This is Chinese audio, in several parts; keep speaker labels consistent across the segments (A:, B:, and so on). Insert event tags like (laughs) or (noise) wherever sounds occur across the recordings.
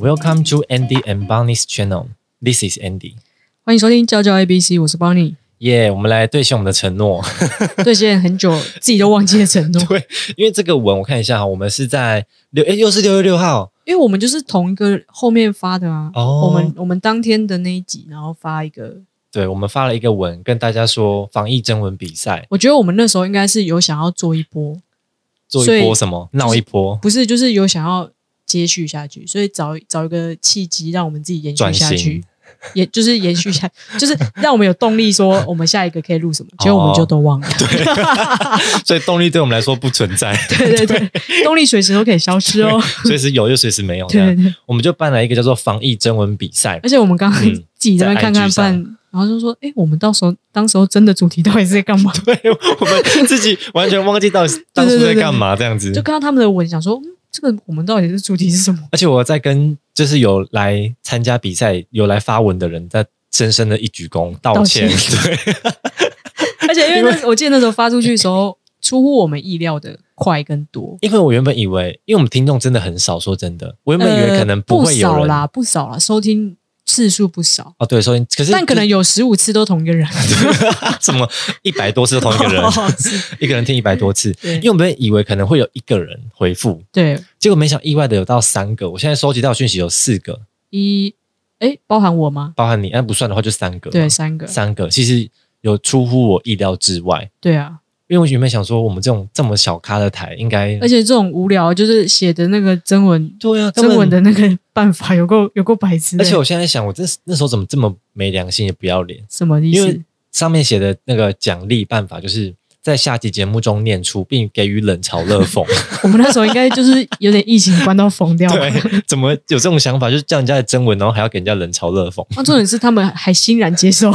A: Welcome to Andy and Bonnie's channel. This is Andy.
B: 欢迎收听教教 ABC，我是 Bonnie。
A: (laughs) 耶、我们来兑现我们的承 (laughs) 诺。
B: 对现在很久自己都忘记了承
A: (laughs)
B: 诺，
A: 对，因为这个文我看一下哈，我们是在六，哎，又是六月六号
B: 因为我们就是同一个后面发的啊。
A: 哦
B: 我们我们当天的那一集，然后发一个，
A: 对，我们发了一个文跟大家说防疫征文比赛，
B: 我觉得我们那时候应该是有想要做一波，
A: 做
B: 所
A: 一
B: 以
A: 波什么，闹一波，
B: 不是就是有想要接续下去，所以找找一个契机让我们自己延续
A: 转
B: 下去
A: 型。
B: 也就是延续下， (laughs) 就是让我们有动力说我们下一个可以录什么，结果
A: 哦
B: 我们就都忘了。
A: (laughs) 所以动力对我们来说不存在，
B: (laughs) 对对对，动力随时都可以消失哦。
A: 随时有就随时没有。这
B: 对
A: 样，
B: 对对，
A: 我们就办了一个叫做防疫征文比赛
B: 而。且我们刚刚
A: 嗯
B: 自己在那边看
A: 在
B: 看
A: IG
B: 饭，然后就说：“哎、我们到时候当时候真的主题到底是在干嘛
A: (laughs) 对，我们自己完全忘记 (laughs) 到底当初在干嘛这样？”子
B: 就。看到他们的文，想说：“嗯，这个我们到底是主题是什么
A: 而且我在跟就是有来参加比赛、有来发文的人在深深的一鞠躬道歉。
B: 道
A: (laughs) 对，？” (laughs)
B: 而且因为那我记得那时候发出去的时候，出乎我们意料的快跟多。
A: 因为我原本以为，因为我们听众真的很少，说真的，我原本以为可能
B: 呃不
A: 会有
B: 少
A: 人、
B: 啦，不少啦，收听次数不少，
A: 哦，对，所以可是啊
B: 但可
A: (laughs)
B: 能有十五次都同一个人，
A: 怎么一百多 (laughs) 次同一个
B: (laughs)
A: 人，
B: 哦是
A: 一个人听一百多次，
B: 对
A: 因为我们以为可能会有一个人回复，
B: 对
A: 结果没想意外的有到三个。我现在收集到讯息有四个，
B: 一哎，包含我吗？
A: 包含你，那啊不算的话就三个嘛，
B: 对，三个，
A: 三个，其实有出乎我意料之外。
B: 对啊，
A: 因为我原本想说，我们这种这么小咖的台，应该
B: 而且这种无聊就是写的那个征文
A: 对啊，
B: 征
A: 根
B: 文
A: 本
B: 的那个办法有够有够白痴的，
A: 而且我现在想，我真是那时候怎么这么没良心也不要脸？
B: 什么意
A: 因为
B: 思？
A: 上面写的那个奖励办法，就是在下集节目中念出，并给予冷嘲热讽。
B: 我们那时候应该就是有点疫情关到疯掉
A: (laughs)
B: 吧。
A: 对，怎么有这种想法？就是叫人家的征文，然后还要给人家冷嘲热讽，
B: 那哦重点是他们还欣然接受，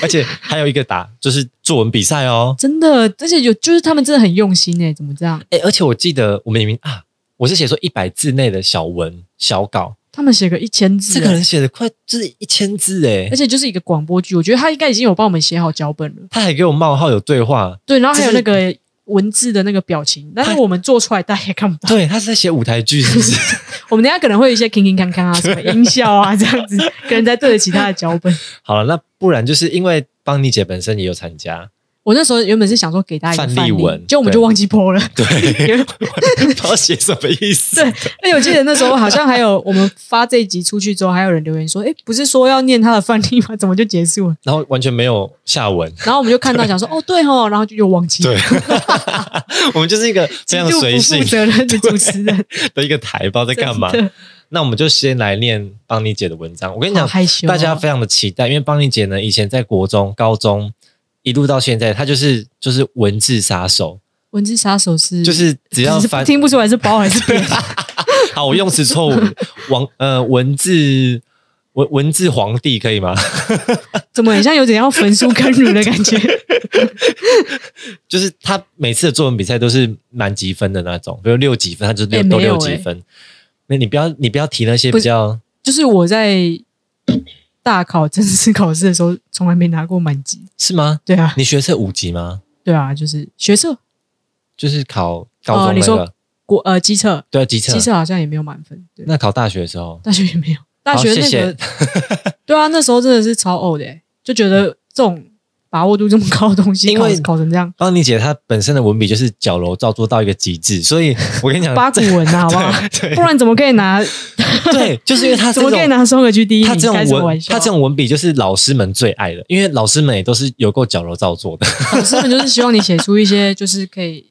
A: 而且还有一个答就是作文比赛哦。
B: 真的，而且有就是他们真的很用心哎、怎么这样？
A: 哎，而且我记得我们明明啊，我是写说一百字内的小文小稿，
B: 他们写个一千字、欸
A: 这个人写的快就是一千字哎
B: 而，且就是一个广播剧，我觉得他应该已经有帮我们写好脚本了。
A: 他还给我冒号有对话，
B: 对，然后还有
A: 就
B: 那
A: 是
B: 个文字的那个表情，但
A: 他
B: 是我们做出来大家也看不到。
A: 对他是在写舞台剧是不是？
B: 我们等一下可能会有一些 king king 康康啊，什么音效啊这样
A: (laughs)
B: 子，可能在对得起他的脚本。
A: 好了，那不然就是因为邦妮姐本身也有参加，
B: 我那时候原本是想说给大家一
A: 范
B: 个范
A: 例
B: 例
A: 文
B: 结果我们
A: 对
B: 就忘记
A: (laughs)
B: po 了。
A: 对，
B: 因为
A: 不知道写什么意思。
B: 对，而且我记得那时候好像还有我们发这一集出去之后，还有人留言说：“哎，不是说要念他的范例吗？怎么就结束了
A: 然后完全没有下文？”，
B: 然后我们就看到想说：“哦，对哦，然后就又忘记。
A: 对，我们就是一个非
B: 极
A: 常
B: 度
A: 随
B: 不负
A: 性
B: 责任的主持人，
A: (laughs) 的一个台，不知道在干嘛
B: 真。的
A: 那我们就先来念邦妮姐的文章。我跟你
B: 好
A: 讲，
B: 害羞哦、
A: 大家非常的期待，因为邦妮姐呢，以前在国中、高中一路到现在，她就是就是文字杀手，
B: 文字杀手是
A: 就是只要
B: 是
A: 翻
B: 听嗯不出来是包还是扁，
A: 好，我用词错误，王呃文字文文字皇帝可以吗？
B: 怎么很像有点要焚书坑儒的感觉？ (laughs)
A: 就是他每次的作文比赛都是满积分的那种，比如六几分，他就六、
B: 哎
A: 都
B: 没有
A: 六几分。那你不要你不要提那些
B: 不
A: 比
B: 是
A: 较
B: 就是我在大考正式考试的时候，从来没拿过满级。
A: 是吗？
B: 对啊，
A: 你学测五级吗？
B: 对啊，就是学测
A: 就是考高
B: 哦
A: 中
B: 你
A: 那
B: 说
A: 个、
B: 国呃机测，
A: 对啊机测
B: 机，测好像也没有满分。对，
A: 那考大学的时候哦
B: 大学也没有，大学那个
A: 谢谢
B: (laughs) 对啊，那时候真的是超呕的欸、就觉得这种把握度这么高的东西
A: 因
B: 考
A: 为
B: 考成这样，
A: 邦妮姐她本身的文笔就是矫揉造作到一个极致，所以我跟你讲，
B: (laughs) 八股文啊，好不好？
A: 呃对
B: 不然怎么可以拿
A: 对 (laughs) 对，就是因为她这
B: 怎么
A: 种
B: 可以拿双格居第一名？
A: 她这
B: 开
A: 种
B: 什么玩
A: 文
B: 笑？
A: 她这种文笔就是老师们最爱的，因为老师们也都是有够矫揉造作的。
B: (laughs) 老师们就是希望你写出一些就是可以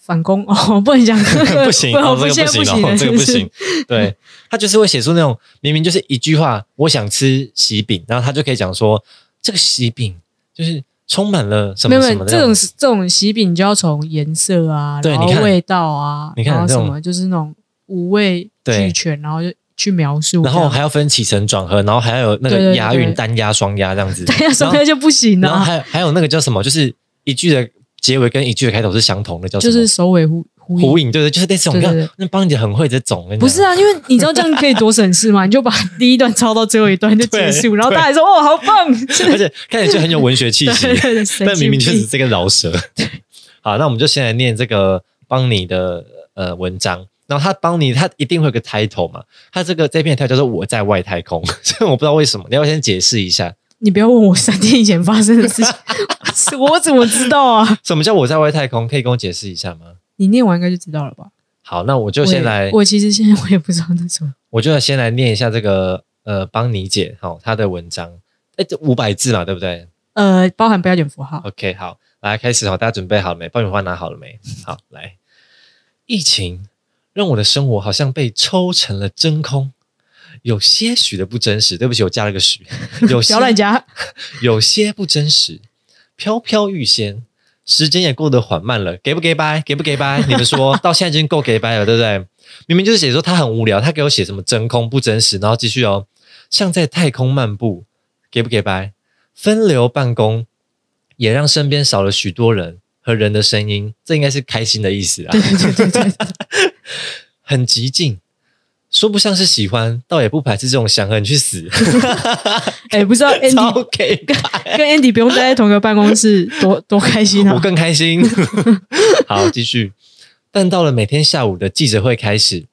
B: 反攻哦， (laughs) 不能讲
A: (laughs) 不行，哦
B: 不
A: 这
B: 现
A: 个不
B: 在
A: 行，
B: 不行
A: 哦
B: 了，
A: 这个不
B: 是是
A: 行。对他就是会写出那种明明就是一句话，我想吃喜饼，然后他就可以讲说这个喜饼就是充满了什
B: (laughs) 没
A: 么
B: 有没
A: 什
B: 有，
A: 么的
B: 这种
A: 样子。
B: 这种喜饼你就要从颜色啊，
A: 对
B: 然后
A: 你看
B: 味道啊，
A: 你看
B: 然后
A: 这
B: 什
A: 种
B: 么就是那种五味
A: 对
B: 俱全，然后就去描述这
A: 然
B: 样，
A: 后还要分起承转合，然后还要有那
B: 对对
A: 个
B: 对
A: 押韵、单押、双押这
B: (laughs)
A: 样子。
B: 等一下说那啊就不行啊
A: 然后然后
B: 了，
A: 还还有那个叫什么，就是一句的结尾跟一句的开头是相同的，叫什
B: 就
A: 么？
B: 是首尾呼呼胡
A: 胡
B: 影。
A: 影，对对，就是那种，
B: 对对对
A: 你看那帮你很会这种，我跟你
B: 不是
A: 讲，
B: 啊，因为你知道这样可以多省
A: (laughs)
B: 事嘛，你就把第一段抄到最后一段就结束，
A: 对
B: 然后大家说哦，好
A: (laughs)
B: 棒，
A: 而且看起来就很有文学气息，
B: 对对对神
A: 但明明就
B: 经病
A: 是这个饶舌。 (laughs) 好，那我们就先来念这个邦尼的呃文章。然后他邦尼他一定会有个 title 嘛，他这个这篇 title 叫做“我在外太空”， (laughs) 所以我不知道为什么，你要不要先解释一下
B: 你不要问我三天以前发生的事情，
A: (laughs)
B: 是我怎么知道啊？
A: 什么叫“我在外太空”？可以跟我解释一下吗？
B: 你念完应该就知道了吧？
A: 好，那我就
B: 我
A: 先
B: 也
A: 来，我
B: 我其实现在我也不知道那什么，
A: 就先来念一下这个呃邦尼姐好、她的文章，哎，这五百字嘛，对不对？
B: 呃，包含标点符号，
A: OK，好，来开始好，大家准备好了没？爆米花拿好了
B: (laughs)
A: 没？好，来，疫情让我的生活好像被抽成了真空，有些许的不真实。对不起，我加了个许， (laughs) 有
B: 不
A: 些
B: 要乱加。
A: 有些不真实，飘飘欲仙。时间也过得缓慢了，给不给掰？给不给
B: (laughs)
A: 掰？你们说到现在已经够给掰了，对不对？明明就是写说他很无聊，他给我写什么真空不真实，然后继续哦，像在太空漫步，给不给掰？分流办公也让身边少了许多人和人的声音，这应该是开心的意思啊
B: 对。对对对，对
A: (laughs) 很激进，说不上是喜欢，倒也不排斥这种想和你去
B: (laughs)
A: 死，
B: 哎，不知道
A: (laughs)
B: Andy
A: 超给掰
B: 跟 Andy 不用待在同一个办公室，多多开心 (laughs)
A: 我
B: 啊！
A: 更开心。好，继续。但到了每天下午的记者会开始，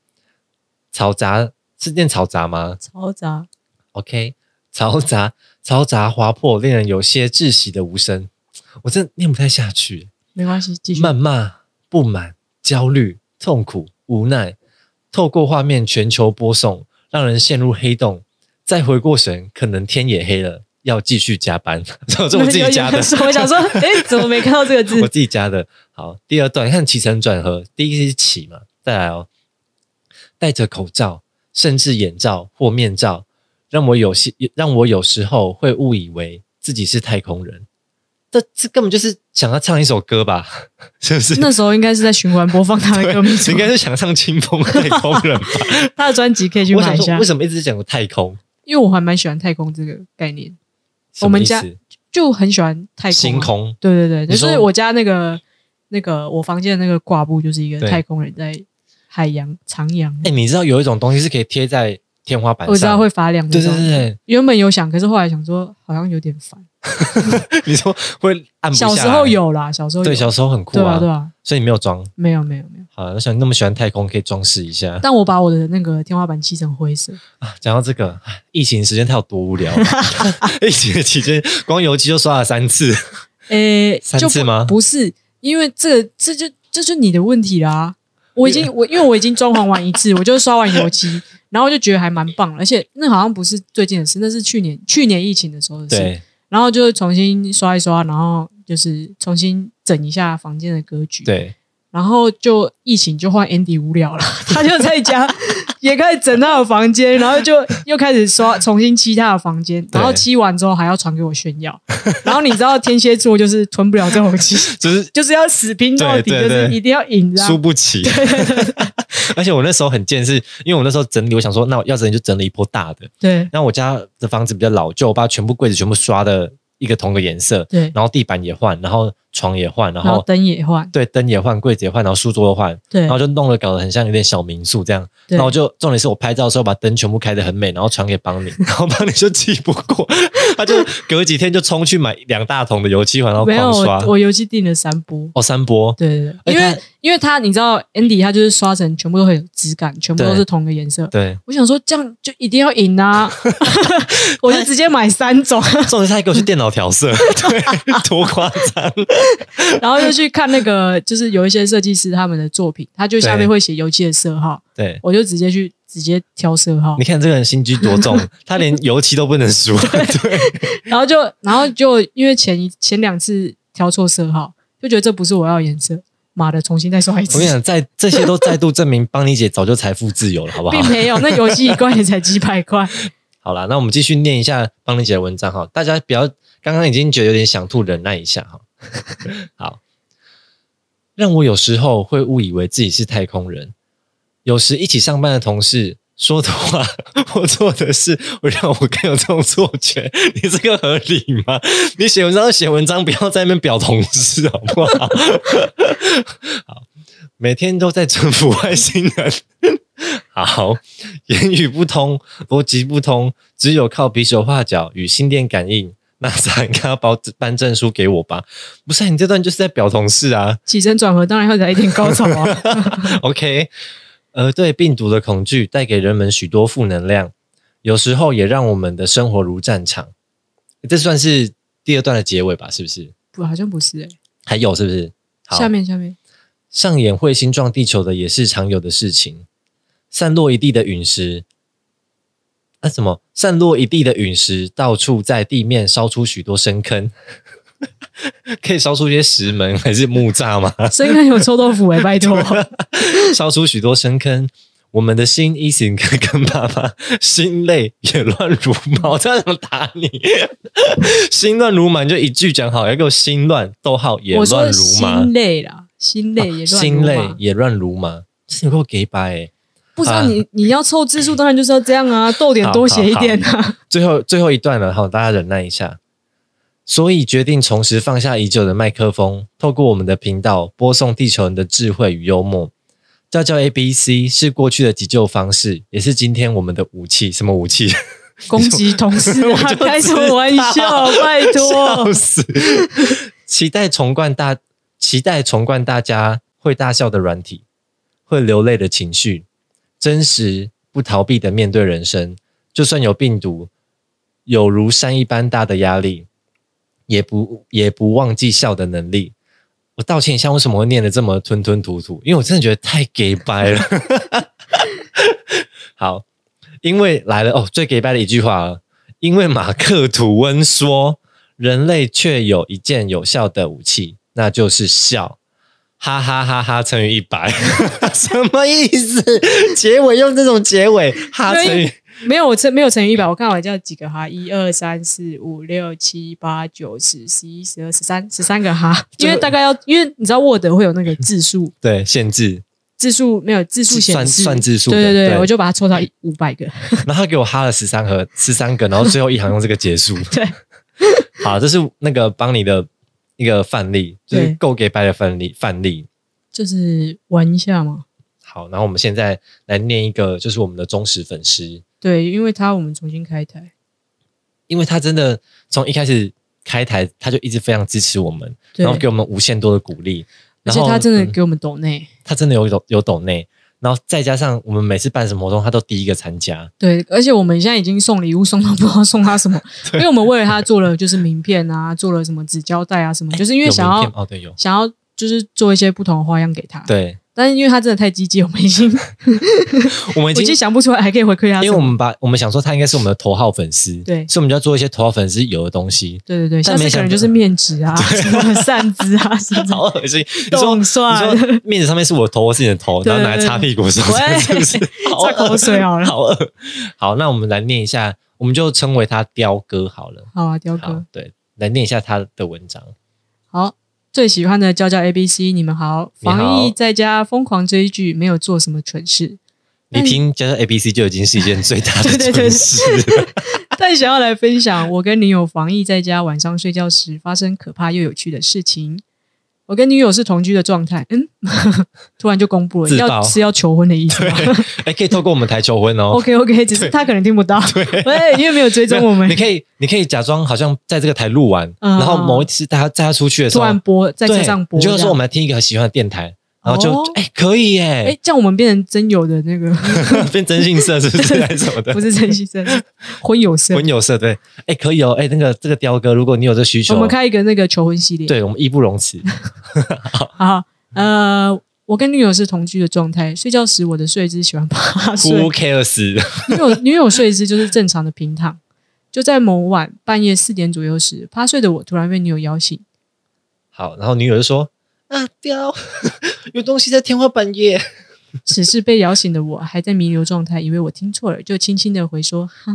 A: 嘈杂是念嘈杂吗
B: 嘈杂，
A: ？OK，嘈杂、嘈杂、划破，令人有些窒息的无声，我真的念不太下去。
B: 没关系，继续。
A: 谩骂、不满、焦虑、痛苦、无奈，透过画面全球播送，让人陷入黑洞。再回过神，可能天也黑了，要继续加班。 (laughs) 这是我自己
B: (laughs)
A: 加的。
B: 我想说，哎，怎么没看到这个
A: (laughs)
B: 字
A: 我？自己加的。好，第二段你看起承转合，第一个是起嘛，再来哦，戴着口罩，甚至眼罩或面罩，让我有些让我有时候会误以为自己是太空人。这这根本就是想要唱一首歌吧？ (laughs) 是不是？
B: 那时候应该是在循环播放他的歌，没
A: 你 (laughs)
B: 错
A: 应。该是想唱《清风太空人》吧？
B: 他的专辑可以 (laughs) 去
A: 我
B: 买
A: 想
B: 一
A: 说，
B: 下
A: 为，什么一直讲太空？
B: 因为我还蛮喜欢太空这个概念，
A: 什
B: 我
A: 么
B: 们
A: 意
B: 家
A: 思
B: 就很喜欢太空啊。
A: 星空，
B: 对对对，就
A: 你说
B: 是我家那个那个我房间的那个挂布，就是一个
A: 对
B: 太空人在海洋徜徉。
A: 哎、你知道有一种东西是可以贴在天花板上，
B: 我知道会发亮那
A: 对，
B: 种。
A: 对对对，
B: 原本有想，可是后来想说好像有点烦。
A: 你说会按不下
B: 小
A: 来。
B: 时候有啦，小时候有
A: 对，小时候很酷
B: 对
A: 啊，
B: 啊对啊，
A: 所以你没有装。
B: 没有没有没有。
A: 好，那想你那么喜欢太空，可以装饰一下。
B: 但我把我的那个天花板漆成灰色，
A: 啊讲到这个，唉疫情时间它有多无
B: (laughs)
A: 聊？疫情的期间，光油漆就刷了三
B: (laughs)
A: 次。
B: 诶、
A: 三
B: 呃就
A: 次
B: 不
A: 吗
B: 不是，因为这个这就这就你的问题啦。我已经我因为我已经装潢完一次，我就刷完油漆，然后就觉得还蛮棒，而且那好像不是最近的事，那是去年去年疫情的时候的事。
A: 对，
B: 然后就重新刷一刷，然后就是重新整一下房间的格局。，
A: 对，
B: 然后就疫情就换 Andy 无聊了， (laughs) 他就在家也开始整他的房间，然后就又开始刷重新漆他的房间，
A: 对
B: 然后漆完之后还要传给我炫耀。 (laughs) 然后你知道天蝎座就是吞不了这口气，
A: 就是
B: (laughs) 就是要死拼到底，
A: 对对
B: 就
A: 对
B: 是一定要赢，啊这
A: 输
B: 样。
A: 不起。 (laughs) 而且我那时候很贱，是因为我那时候整理，我想说，那我要整理就整理一波大的。
B: 对
A: 那我家的房子比较老旧，我把全部柜子全部刷的一个同个颜色，
B: 对，
A: 然后地板也换，然后床也换，然
B: 然后
A: 后
B: 灯也换，
A: 对灯也换，柜子也换，然后书桌也换，
B: 对
A: 然后就弄得搞得很像有点小民宿这样。
B: 对
A: 然后就重点是我拍照的时候把灯全部开得很美，然后传给邦尼，然后邦尼就气不过， (laughs) 他就隔几天就冲去买两大桶的油漆环，然后
B: 没有
A: 狂
B: 我
A: 刷。
B: 我游戏订了三波。
A: 哦，三波，
B: 对对
A: 而
B: 对，因
A: 且
B: 为因为他你知道 Andy 他就是刷成全部都很有质感，全部都
A: 对
B: 是同一个颜色。
A: (laughs) 对，
B: 我想说这样就一定要
A: (laughs)
B: 赢啊， (laughs) 我就直接买三种，
A: 重点是他还给我去电脑调
B: (laughs)
A: 色，对，多夸张。
B: 然后就去看那个就是有一些设计师他们的作品，他就下面会写油漆的色号，
A: 对，
B: 我就直接去直接挑色号
A: 你，看这个人心机多重，他连油漆都不能输。 (laughs)
B: (laughs)
A: 对，
B: 然后就然后就因为前一前两次挑错色号，就觉得这不是我要的颜色，妈的，重新再刷一
A: 我
B: 次
A: 跟你。讲，在这些都再度证明邦尼姐早就财富自由了，好不好
B: 并？没有，那游戏一罐也才几百块，
A: 好啦，那我们继续念一下邦尼姐的文章哈，大家不要刚刚已经觉得有点想吐，忍耐一下哈。 (laughs) 好，让我有时候会误以为自己是太空人，有时一起上班的同事说的话 (laughs) 或做的事，会让我更有这种错觉。你这个合理吗？你写 (laughs) 文章就写文章，不要在那边表同事好不好？好，每天都在征服外星人。好， (laughs) 言语不通，逻辑不通，只有靠比手画脚与心电感应。 (laughs) 那萨，你看要包颁证书给我吧？不是啊、你这段就是在表同事啊。 (laughs)
B: 起承转合当然要来一点高潮啊！ (laughs)
A: OK，而对病毒的恐惧带给人们许多负能量，有时候也让我们的生活如战场。这算是第二段的结尾吧？是不是？
B: 不，好像不是哎、
A: 还有是不是？好，
B: 下面下面，
A: 上演彗星撞地球的也是常有的事情。散落一地的陨石，啊什么？散落一地的陨石，到处在地面烧出许多深坑， (laughs) 可以烧出一些石门还是木栅吗？
B: 深坑有臭豆腐哎、拜托，
A: 烧出许多深坑。我们的心一醒哥跟爸爸心累也乱如麻，我这样怎么打你？心乱如麻你就一句讲好，要给我心乱，逗号也
B: 我说
A: 乱如麻，啊
B: 心累啦，心累也乱如麻
A: 心累也乱如麻，这你给我给白、欸。
B: 不知道你你要凑字数，当然就是要这样啊，逗点多写一点啊。
A: 最后最后一段了，好，大家忍耐一下。所以决定重拾放下已久的麦克风，透过我们的频道播送地球人的智慧与幽默。教教 A B C 是过去的急救方式，也是今天我们的武器。什么武器？
B: (laughs) 攻击同
A: (laughs)
B: 事
A: 我就
B: 啊，
A: 知道
B: (laughs) 开什么玩笑？ (laughs) 拜托
A: 笑，死！期待重灌大，期待重灌大家会大笑的软体，会流泪的情绪，真实不逃避的面对人生。就算有病毒，有如山一般大的压力，也不也不忘记笑的能力。我道歉一下，为什么会念的这么吞吞吐吐？因为我真的觉得太给掰了。 (laughs) 好，因为来了哦，最给掰的一句话了。因为马克吐温说，人类却有一件有效的武器，那就是笑。哈哈哈哈乘以一百， (laughs) 什么意思？结尾用这种结尾，哈
B: 对
A: 乘以
B: 没有我乘没有乘以一百，我看我叫几个哈，一二三四五六七八九十十一十二十三十三个哈，
A: (laughs) 这
B: 因
A: 个
B: 为大概要因为你知道 Word 会有那个字数，
A: 对限制
B: 字数没有字数显
A: 算
B: 示，
A: 算字数的，
B: 对对对，我就把它抽到五百个，
A: 然后他给我哈了十三盒十三个，然后最后一行用这个结束。
B: (laughs) 对，
A: (laughs) 好，这是那个帮你的一个范例，就是
B: 对
A: 够给掰的范例范例。
B: 就是玩一下嘛。
A: 好，然后我们现在来念一个，就是我们的忠实粉丝，
B: 对，因为它我们重新开台，
A: 因为他真的从一开始开台，他就一直非常支持我们，
B: 对，
A: 然后给我们无限多的鼓励。
B: 而
A: 然
B: 且
A: 后
B: 他真的
A: 嗯
B: 给我们懂内，
A: 他真的有抖有抖内，然后再加上我们每次办什么活动，他都第一个参加。
B: 对，而且我们现在已经送礼物送到不知道送他
A: (laughs)
B: 什么，因为我们为了他做了就是名片啊，做了什么纸胶带啊什么，就是因为
A: 有
B: 想
A: 名
B: 要
A: 片哦，对有
B: 想要就是做一些不同的花样给他。，
A: 对，
B: 但是因为他真的太积极，我们
A: (laughs)
B: 已经
A: 我们已
B: 我已
A: 经
B: 经想不出来还可以回馈他
A: 因
B: 什
A: 为我
B: 么。
A: 们把我们想说他应该是我们的头号粉丝，
B: 对
A: 所以我们就要做一些头号粉丝有的东西，
B: 对对对，
A: 但
B: 下
A: 没
B: 次
A: 想
B: 可能
A: 到
B: 就是面纸啊、什么扇子啊、什么
A: 好恶心！你说
B: 冻
A: 你
B: 蒜， (laughs)
A: 说 (laughs) 面子上面是我头，我是你的头，
B: 对
A: 然后拿来擦屁股的时候，
B: 喂
A: 是不是？
B: (laughs)
A: 好恶
B: 擦口水好了
A: 好恶。好，那我们来念一下，我们就称为他雕哥好了。
B: 好啊，雕
A: 好
B: 哥，，
A: 对，来念一下他的文章。
B: 好。最喜欢的教教 A B C，你们好，
A: 你好
B: 防疫在家疯狂追剧，没有做什么蠢事，
A: 你
B: 嗯
A: 听加上 A B C 就已经是一件最大的
B: 对对
A: 蠢
B: 对
A: 事了。
B: (laughs) 但想要来分享我跟女友防疫在家晚上睡觉时发生可怕又有趣的事情。我跟女友是同居的状态，嗯， (laughs) 突然就公布了
A: 自爆
B: 要是要求婚的意思吗。
A: 哎，可以透过我们台求婚哦。
B: OK OK，只是他可能听不到，对，因为没有追踪我们
A: 你，可以，你可以假装好像在这个台录完，
B: 嗯
A: 然后某一次大家带他出去的时
B: 突
A: 候，
B: 然播在
A: 对，
B: 车上播
A: 你
B: 这
A: 就
B: 样，
A: 说我们来听一个很喜欢的电台，然后就
B: 哦
A: 哎、可以
B: 哎
A: 耶，，
B: 这样我们变成真友的那个，
A: (laughs)
B: (laughs)
A: 变征信社是不是还是什么的
B: 不？是真心
A: (laughs)
B: 真是婚友社
A: 婚，友社对，哎可以哦，哎那个这个雕哥，如果你有这需求，
B: 我们开一个那个求婚系列，
A: 对我们义不容
B: (laughs)
A: 辞。
B: 啊，呃，我跟女友是同居的状态，睡觉时我的睡姿喜欢趴 (laughs) 睡
A: Who，cares？
B: 女友 (laughs) 女友睡姿就是正常的平躺。就在某晚半夜四点左右时，趴睡的我突然被女友摇醒，
A: 好，然后女友就说啊雕， (laughs) 有东西在天花板耶。
B: 此时被摇醒的我还在弥留状态，以为我听错了，就轻轻的回说：“哈。”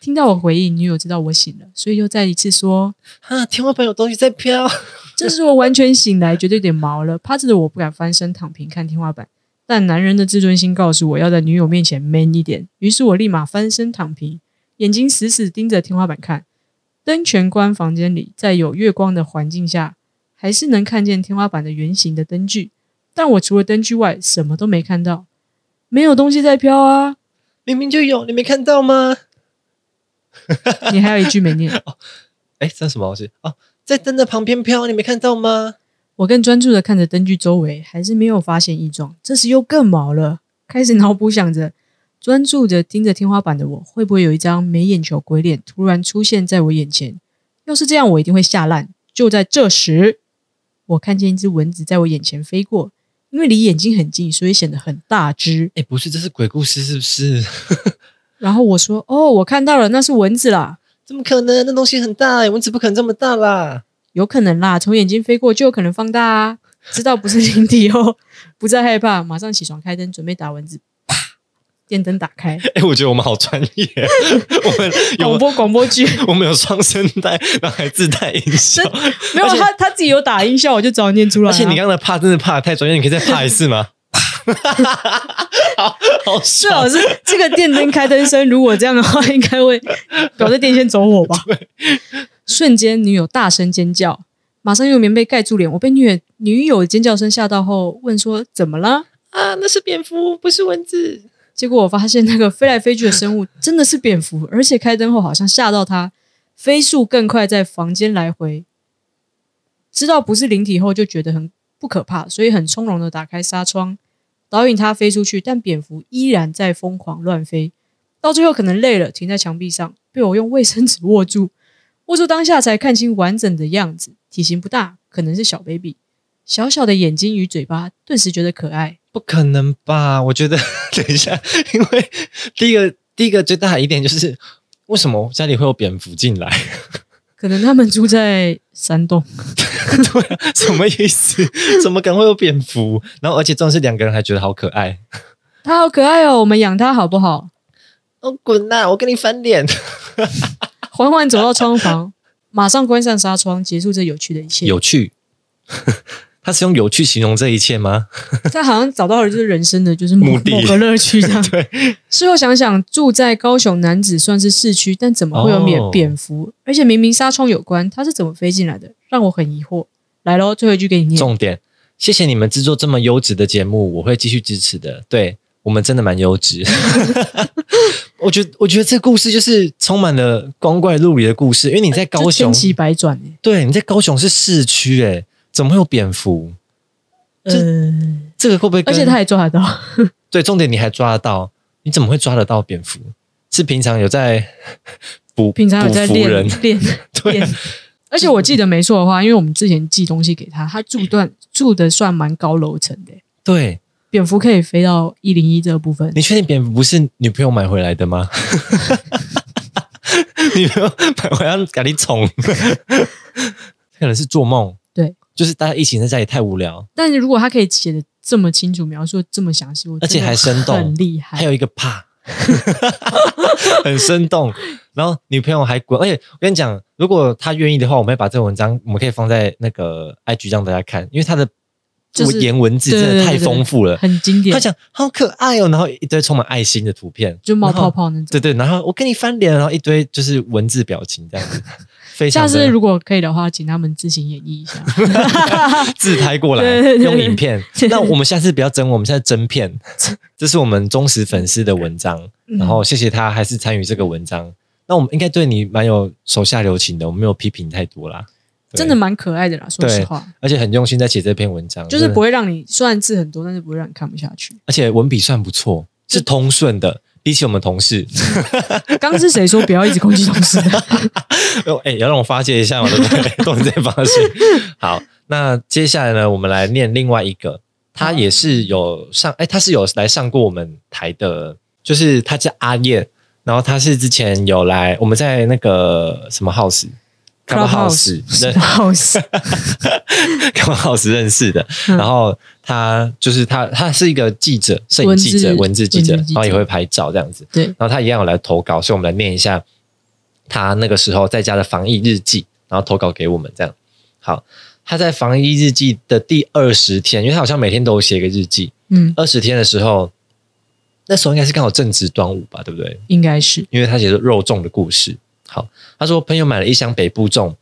B: 听到我回应，女友知道我醒了，所以又再一次说
A: 啊，天花板有东西在飘。：“
B: 这时我完全醒来，绝对有点毛了。”趴着的我不敢翻身，躺平看天花板。但男人的自尊心告诉我要在女友面前 man 一点，于是我立马翻身躺平，眼睛死死盯着天花板看。灯全关，房间里在有月光的环境下，还是能看见天花板的圆形的灯具。但我除了灯具外什么都没看到，没有东西在飘啊。
A: 明明就有，你没看到吗？
B: 你还有一句没念，
A: 哎，这是什么东西？哦，在灯的旁边飘，你没看到吗？
B: 我更专注的看着灯具周围，还是没有发现异状。这时又更毛了，开始脑补想着，专注的盯着天花板的我，会不会有一张没眼球鬼脸突然出现在我眼前？要是这样，我一定会吓烂。就在这时，我看见一只蚊子在我眼前飞过，因为离眼睛很近，所以显得很大只。
A: 哎，不是，这是鬼故事是不是？
B: 然后我说：“哦，我看到了，那是蚊子啦，
A: 怎么可能？那东西很大、欸，蚊子不可能这么大啦。
B: 有可能啦，从眼睛飞过就有可能放
A: (laughs)
B: 大啊。”知道不是灵体后，不再害怕，马上起床开灯，准备打蚊子。啪！电灯打开，
A: 哎、我觉得我们好专业，啊 (laughs) 哦我们
B: 广
A: (laughs) 有啊
B: 播广播
A: (laughs)
B: 剧
A: 我们有双声带，然后还自带音效。
B: 没有他他自己有打音效，我就早念出来、啊。
A: 而且你刚才怕真的怕得太专业，你可以再怕一次吗？ (laughs) 好好
B: 最
A: 笑
B: 好，是这个电灯开灯声，如果这样的话，应该会表示电线走火
A: (laughs)
B: 吧？瞬间，女友大声尖叫，马上用棉被盖住脸。我被女女友尖叫声吓到后，问说怎么了？
A: 啊，那是蝙蝠，不是蚊子。
B: 结果我发现那个飞来飞去的生物真的是蝙蝠，而且开灯后好像吓到它，飞速更快，在房间来回。知道不是灵体后，就觉得很不可怕，所以很从容的打开纱窗，导引它飞出去。但蝙蝠依然在疯狂乱飞，到最后可能累了，停在墙壁上，被我用卫生纸握住。 (laughs) 握住当下才看清完整的样子，体型不大，可能是小 baby，小小的眼睛与嘴巴，顿时觉得可爱。
A: 不可能吧？我觉得 (laughs) 等一下，因为第一个第一个最大的疑点就是，为什么家里会有蝙蝠进来？ (laughs)
B: 可能他们住在山洞。
A: 对啊，什么意思？怎么可能会有蝙蝠？然后而且重点是两个人还觉得好可爱。
B: 它好可爱哦，我们养它好不好？
A: 哦，滚呐、我跟你翻脸。
B: 缓缓走到窗房， (laughs) 马上关上纱窗，结束这有趣的一切。
A: 有趣， (laughs) 他是用有趣形容这一切吗？
B: 他好像找到了就是人生的就是某
A: 目的。
B: 某个乐趣这样
A: (laughs) 对，
B: 事后想想，住在高雄男子算是市区，但怎么会有蝙
A: 哦
B: 蝙蝠？而且明明纱窗有关，它是怎么飞进来的？让我很疑惑。来喽，最后一句给你念。
A: 重点，谢谢你们制作这么优质的节目，我会继续支持的。对我们真的蛮优
B: (laughs)
A: 质。我觉得，我觉得这故事就是充满了光怪陆离的故事，因为你在高
B: 呃就
A: 雄
B: 千，奇百转哎、
A: 对，你在高雄是市区，哎，怎么会有蝙蝠？这
B: 呃，
A: 这个会不会跟？
B: 而且他也抓得到，
A: 对，重点你还抓得到，你怎么会抓得到蝙蝠？是平常有在 (laughs) 捕
B: 平常有
A: 捕
B: 在
A: 蝠
B: 练
A: 人，
B: 练
A: (laughs) 对啊，
B: 而且我记得没错的话，因为我们之前寄东西给他，他
A: (clears throat)
B: 住段住的算蛮高楼层的欸、
A: 对。
B: 蝙蝠可以飞到一零一这个部分
A: 你，确定蝙蝠不是女朋友买回来的吗？ (laughs) 女朋友买回来赶紧宠，可能是做梦。
B: 对，
A: 就是大家一起在家里太无聊，
B: 但是如果他可以写的这么清楚，描述得这么详细，我
A: 而且
B: 真的
A: 还生动
B: 很厉
A: 还
B: 害。
A: 有一个怕， (laughs) 很生动。然后女朋友还滚，而且我跟你讲，如果她愿意的话，我们会把这个文章，我们可以放在那个 IG 让大家看，因为她的
B: 就是
A: 言文字
B: 对
A: 真
B: 对
A: 的
B: 对
A: 太
B: 对
A: 丰富了。
B: 很经典
A: 她，讲好可爱哦，然后一堆充满爱心的图片，
B: 就冒
A: 然后
B: 泡泡那种。
A: 对对，然后我跟你翻脸，然后一堆就是文字表情这样子，非常
B: 下
A: 的
B: 次如果可以的话，请他们自行演绎
A: (laughs)
B: 一下。
A: 自拍过来
B: (laughs) 对对对
A: 用影片。那我们下次不要真，我们现在真片，这是我们忠实粉丝的文章，
B: 嗯
A: 然后谢谢他还是参与这个文章。那我们应该对你蛮有手下留情的，我们没有批评太多啦，对
B: 真的，蛮可爱的啦，说实话，
A: 而且很用心在写这篇文章，
B: 就是
A: 真的
B: 不，会让你虽然字很多，但是不会让你看不下去。
A: 而且文笔算不错，是通顺的。比起我们同事，
B: 刚刚是谁说不要一直攻击同事的？
A: (laughs) 哦哎、要让我发泄一下嘛，对不对？ (laughs) 都能在发泄。好，那接下来呢，我们来念另外一个，他也是有上，哎、他是有来上过我们台的，就是他叫阿燕，然后他是之前有来，我们在那个什么 house。干嘛
B: (laughs) Clubhouse
A: house 认
B: 好死，
A: 干嘛 house 认识的，
B: 嗯
A: 然后他就是他，他是一个记者、摄影
B: 文
A: 记者、
B: 字
A: 文字记
B: 文字
A: 者，
B: 记
A: 然后也
B: 者
A: 会拍照这样子。
B: 对，
A: 然后他一样有来投稿，所以我们来念一下他那个时候在家的防疫日记，然后投稿给我们这样。好，他在防疫日记的第二十天，因为他好像每天都有写一个日记，
B: 嗯，
A: 二十天的时候，那时候应该是刚好正值端午吧，对不对？
B: 应该是
A: 因为他写的肉粽的故事。好，他说朋友买了一箱北部粽，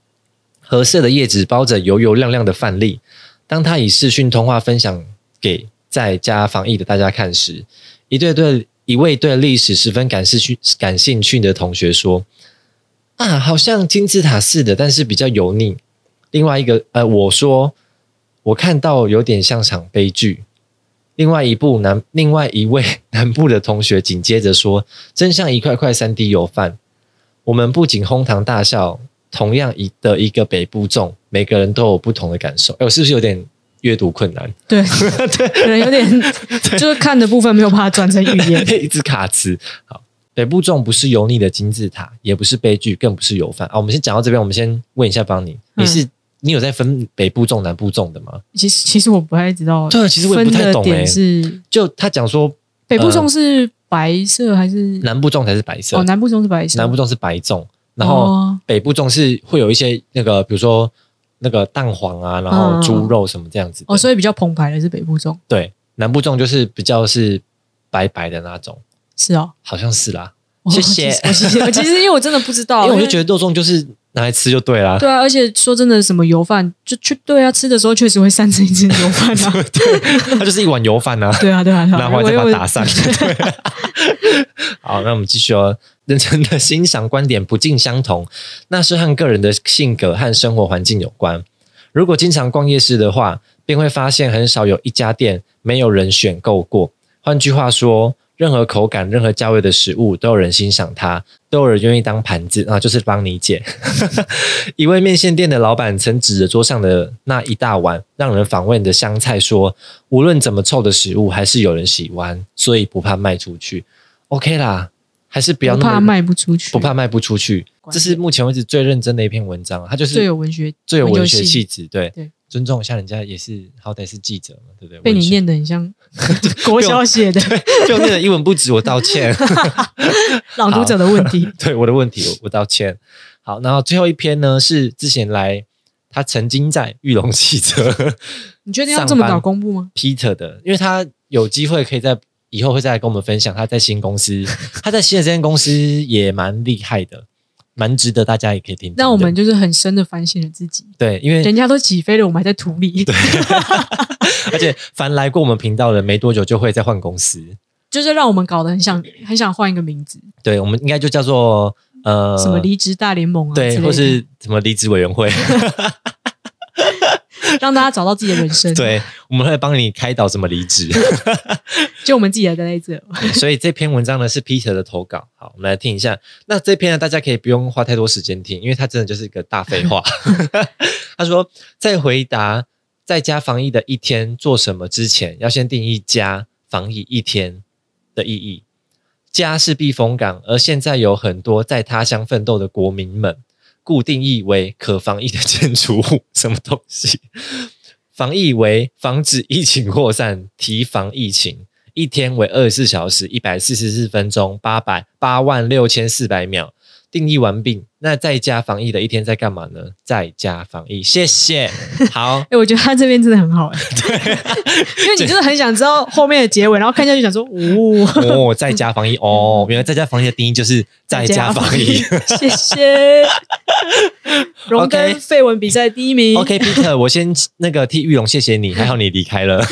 A: 褐色的叶子包着油油亮亮的饭粒。当他以视讯通话分享给在家防疫的大家看时，一对对一位对历史十分感兴趣感兴趣的同学说：“啊，好像金字塔似的，但是比较油腻。”另外一个呃，我说我看到有点像场悲剧。另外一部南， (laughs) 另外一位南部的同学紧接着说：“真像一块块三 D 油饭。”我们不仅哄堂大笑，同样一的一个北部粽，每个人都有不同的感受。哎，我是不是有点阅读困难？ (laughs)
B: 对，可能有点就是看的部分没有办法转成语
A: (laughs)
B: 言。
A: 一直卡词。好，北部粽不是油腻的金字塔，也不是悲剧，更不是油饭啊。我们先讲到这边，我们先问一下邦尼，
B: 嗯
A: 你是、你有在分北部粽、南部粽的吗？
B: 其实其实我不太知道，
A: 对其实我也不太懂
B: 分的
A: 欸
B: 点是
A: 就他讲说，
B: 北部粽是白色还是？
A: 南部粽才是白色，
B: 哦，南部粽是白色，
A: 呃南部粽是白粽，然后
B: 哦
A: 北部粽是会有一些那个，比如说那个蛋黄啊，然后猪肉什么这样子的。
B: 嗯哦，所以比较澎湃的是北部粽，
A: 对，南部粽就是比较是白白的那种，
B: 是哦。
A: 好像是啦。
B: 我
A: 谢谢
B: 我其实我哦其哦实因为我真的不知道，
A: (laughs) 因为我就觉得肉粽就是拿来吃就对啦。 (laughs)
B: 对啊，而且说真的，什么油饭就去对啊，吃的时候确实会散成一只油饭
A: (laughs)
B: 啊。
A: 它就是一碗油饭啊。
B: 对啊，对啊，对啊，
A: 然后
B: 我
A: 再把
B: 我
A: 它打散。对
B: (laughs)
A: 好，那我们继续哦。人生的欣赏观点不尽相同，那是和个人的性格和生活环境有关。如果经常逛夜市的话，便会发现很少有一家店没有人选购过。换句话说，任何口感、任何价位的食物，都有人欣赏它，都有人愿意当盘子啊，就是帮你姐。 (laughs) 一位面线店的老板曾指着桌上的那一大碗让人访问的香菜说：“无论怎么臭的食物，还是有人喜欢，所以不怕卖出去。”OK 啦，还是不要
B: 不
A: 那么
B: 怕卖不出去，
A: 不怕卖不出去。
B: 关
A: 这
B: 键
A: 是目前为止最认真的一篇文章，啊它就是
B: 最有文学，
A: 最有文学
B: 性
A: 气质。对，
B: 对
A: 尊重一下人家，也是好歹是记者嘛，对不对？
B: 被
A: 文
B: 你
A: 学
B: 念得很像国小写的
A: (laughs) 就念的一文不值，我道歉。
B: 朗读者的问题。
A: (laughs) 对我的问题，我我道歉。好，然后最后一篇呢是之前来，他曾经在玉龙汽车
B: (laughs)
A: (laughs)
B: 你确定要这么早公布吗？
A: Peter 的，因为他有机会可以在以后会再来跟我们分享他在新公司， (laughs) 他在新的这间公司也蛮厉害的，蛮值得大家也可以听听的。
B: 那我们就是很深的反省了自己，
A: 对，因为
B: 人家都起飞了，我们还在土里，
A: 而且凡来过我们频道的，没多久就会再换公司。
B: (laughs) 就是让我们搞得很想很想换一个名字，
A: 对，我们应该就叫做呃
B: 什么离职大联盟啊之类
A: 对，
B: 的，
A: 或是什么离职委员
B: (laughs)
A: 会。
B: 让大家找到自己的人生。，
A: (laughs) 对，我们会帮你开导怎么离职。
B: 就我们自己还待在这，
A: 所以这篇文章呢是 Peter 的投稿，好，我们来听一下。那这篇呢，大家可以不用花太多时间听，因为它真的就是一个大废话。他说，在回答在家防疫的一天做什么之前，要先定义家防疫一天的意义。家是避风港，而现在有很多在他乡奋斗的国民们，固定义为可防疫的建筑物，什么东西？ (laughs) 防疫为防止疫情扩散，提防疫情，一天为二十四小时、一百四十四分钟、八百八万六千四百秒。定义完毕，那在家防疫的一天在干嘛呢？在家防疫，谢谢。 (laughs) 好，
B: 哎、我觉得他这边真的很好、
A: (laughs)
B: 哎， (laughs) 因为你真的很想知道后面的结尾，然后看下去想说，哦，
A: 哦，在家防疫哦，原来在家防疫的定义就是
B: (laughs)
A: 在家防疫。
B: 谢
A: (laughs)
B: 谢。荣
A: OK
B: 登绯闻比赛第一
A: (laughs)
B: 名
A: OK，Peter，我先那个替玉龙谢谢你，还好你离开 (laughs) 了，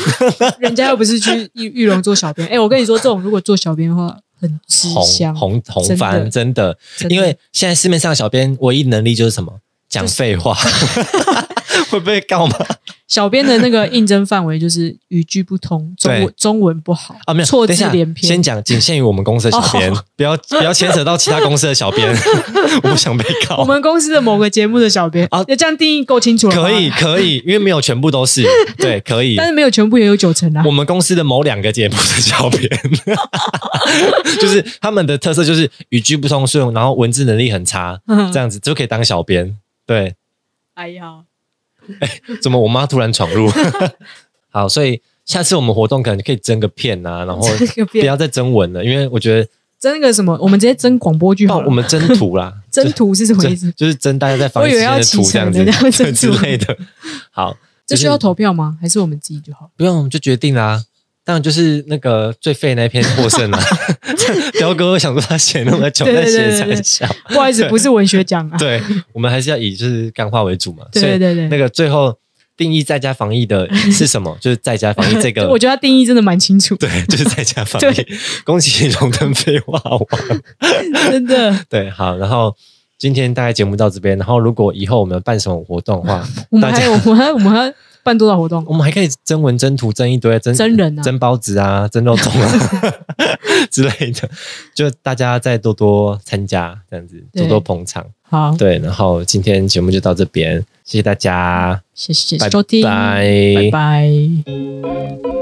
B: 人家又不是 (laughs) 去玉玉龙做小编，哎、我跟你说，这种如果做小编的话，很吃香
A: 红，红红
B: 真的
A: 番真的，
B: 真的
A: 因为现在市面上的小编唯一能力就是什么？讲废话， (laughs) 会被告吗？
B: 小编的那个应征范围就是语句不
A: (laughs)
B: 通，中
A: 对
B: 文中文不好
A: 啊，没有，
B: 错
A: 等一
B: 字
A: 下
B: 连篇。
A: 先讲仅限于我们公司的小编，
B: 哦
A: 不要不要牵扯到其他公司的小
B: (laughs)
A: 编，我不想被告。
B: 我们公司的某个节目的小编
A: 啊
B: 啊，这样定义够清楚了，
A: 可以，可以，因为没有全部都是，对，可以
B: (laughs) 但。是没有全部也有九成啊
A: 我。们公司的某两个节目的小编， (laughs) 就是他们的特色就是语句不通顺，然后文字能力很差，
B: 嗯
A: 这样子就可以当小编。对，
B: 哎呀，
A: 怎么我妈突然闯
B: (laughs)
A: 入？好，所以下次我们活动可能可以争个片啊，
B: (laughs)
A: 然后
B: 这个
A: 不
B: 变
A: 要再征文了，因为我觉得
B: 真那个什么，我们直接争广播剧
A: 不
B: 好
A: 然
B: 了。
A: 哦我们征图啦，
B: 征途是什么意思
A: 就？就是真大家在防疫
B: 我
A: 期
B: 以为
A: 间
B: 要
A: 的
B: 启
A: 图这样
B: 程
A: 子
B: 的那
A: (laughs)
B: 个
A: 对
B: 珍
A: 之
B: 珠
A: 类的。好，
B: 这需要投票吗？还是我们自己就好？
A: 不用我们就决定啦、当然就是那个最废那篇获胜
B: (laughs)
A: 啦、 (laughs) 彪哥想说他写那么久，
B: 对
A: 但
B: 对对
A: 写
B: 对
A: 三
B: 对
A: 小。
B: 不好意思，不是文学奖啊。
A: 对，我们还是要以就是干话为主嘛。
B: 对
A: 所以
B: 对对对
A: 那个最后定义在家防疫的是什
B: (laughs)
A: 么？就是在家防疫这个，
B: 我觉得它定义真的蛮清楚，
A: (laughs) 对，就是在家防
B: 对
A: 疫。恭喜荣登废话王。
B: 真的。，
A: 对，好，然后今天大概节目到这边，然后如果以后我们办什么活动的话
B: 我
A: 大
B: 们还
A: 家
B: 有，我们还我们还办多少活动？
A: 我们还可以征文、征图、征一堆、征
B: 真人啊
A: 征包子啊、 (laughs) 征肉粽啊 (laughs) 之类的，就大家再多多参加，这样子
B: 对
A: 多多捧场。
B: 好，
A: 对，然后今天节目就到这边，谢谢大家，
B: 谢谢
A: 拜
B: 收听，
A: 拜
B: 拜拜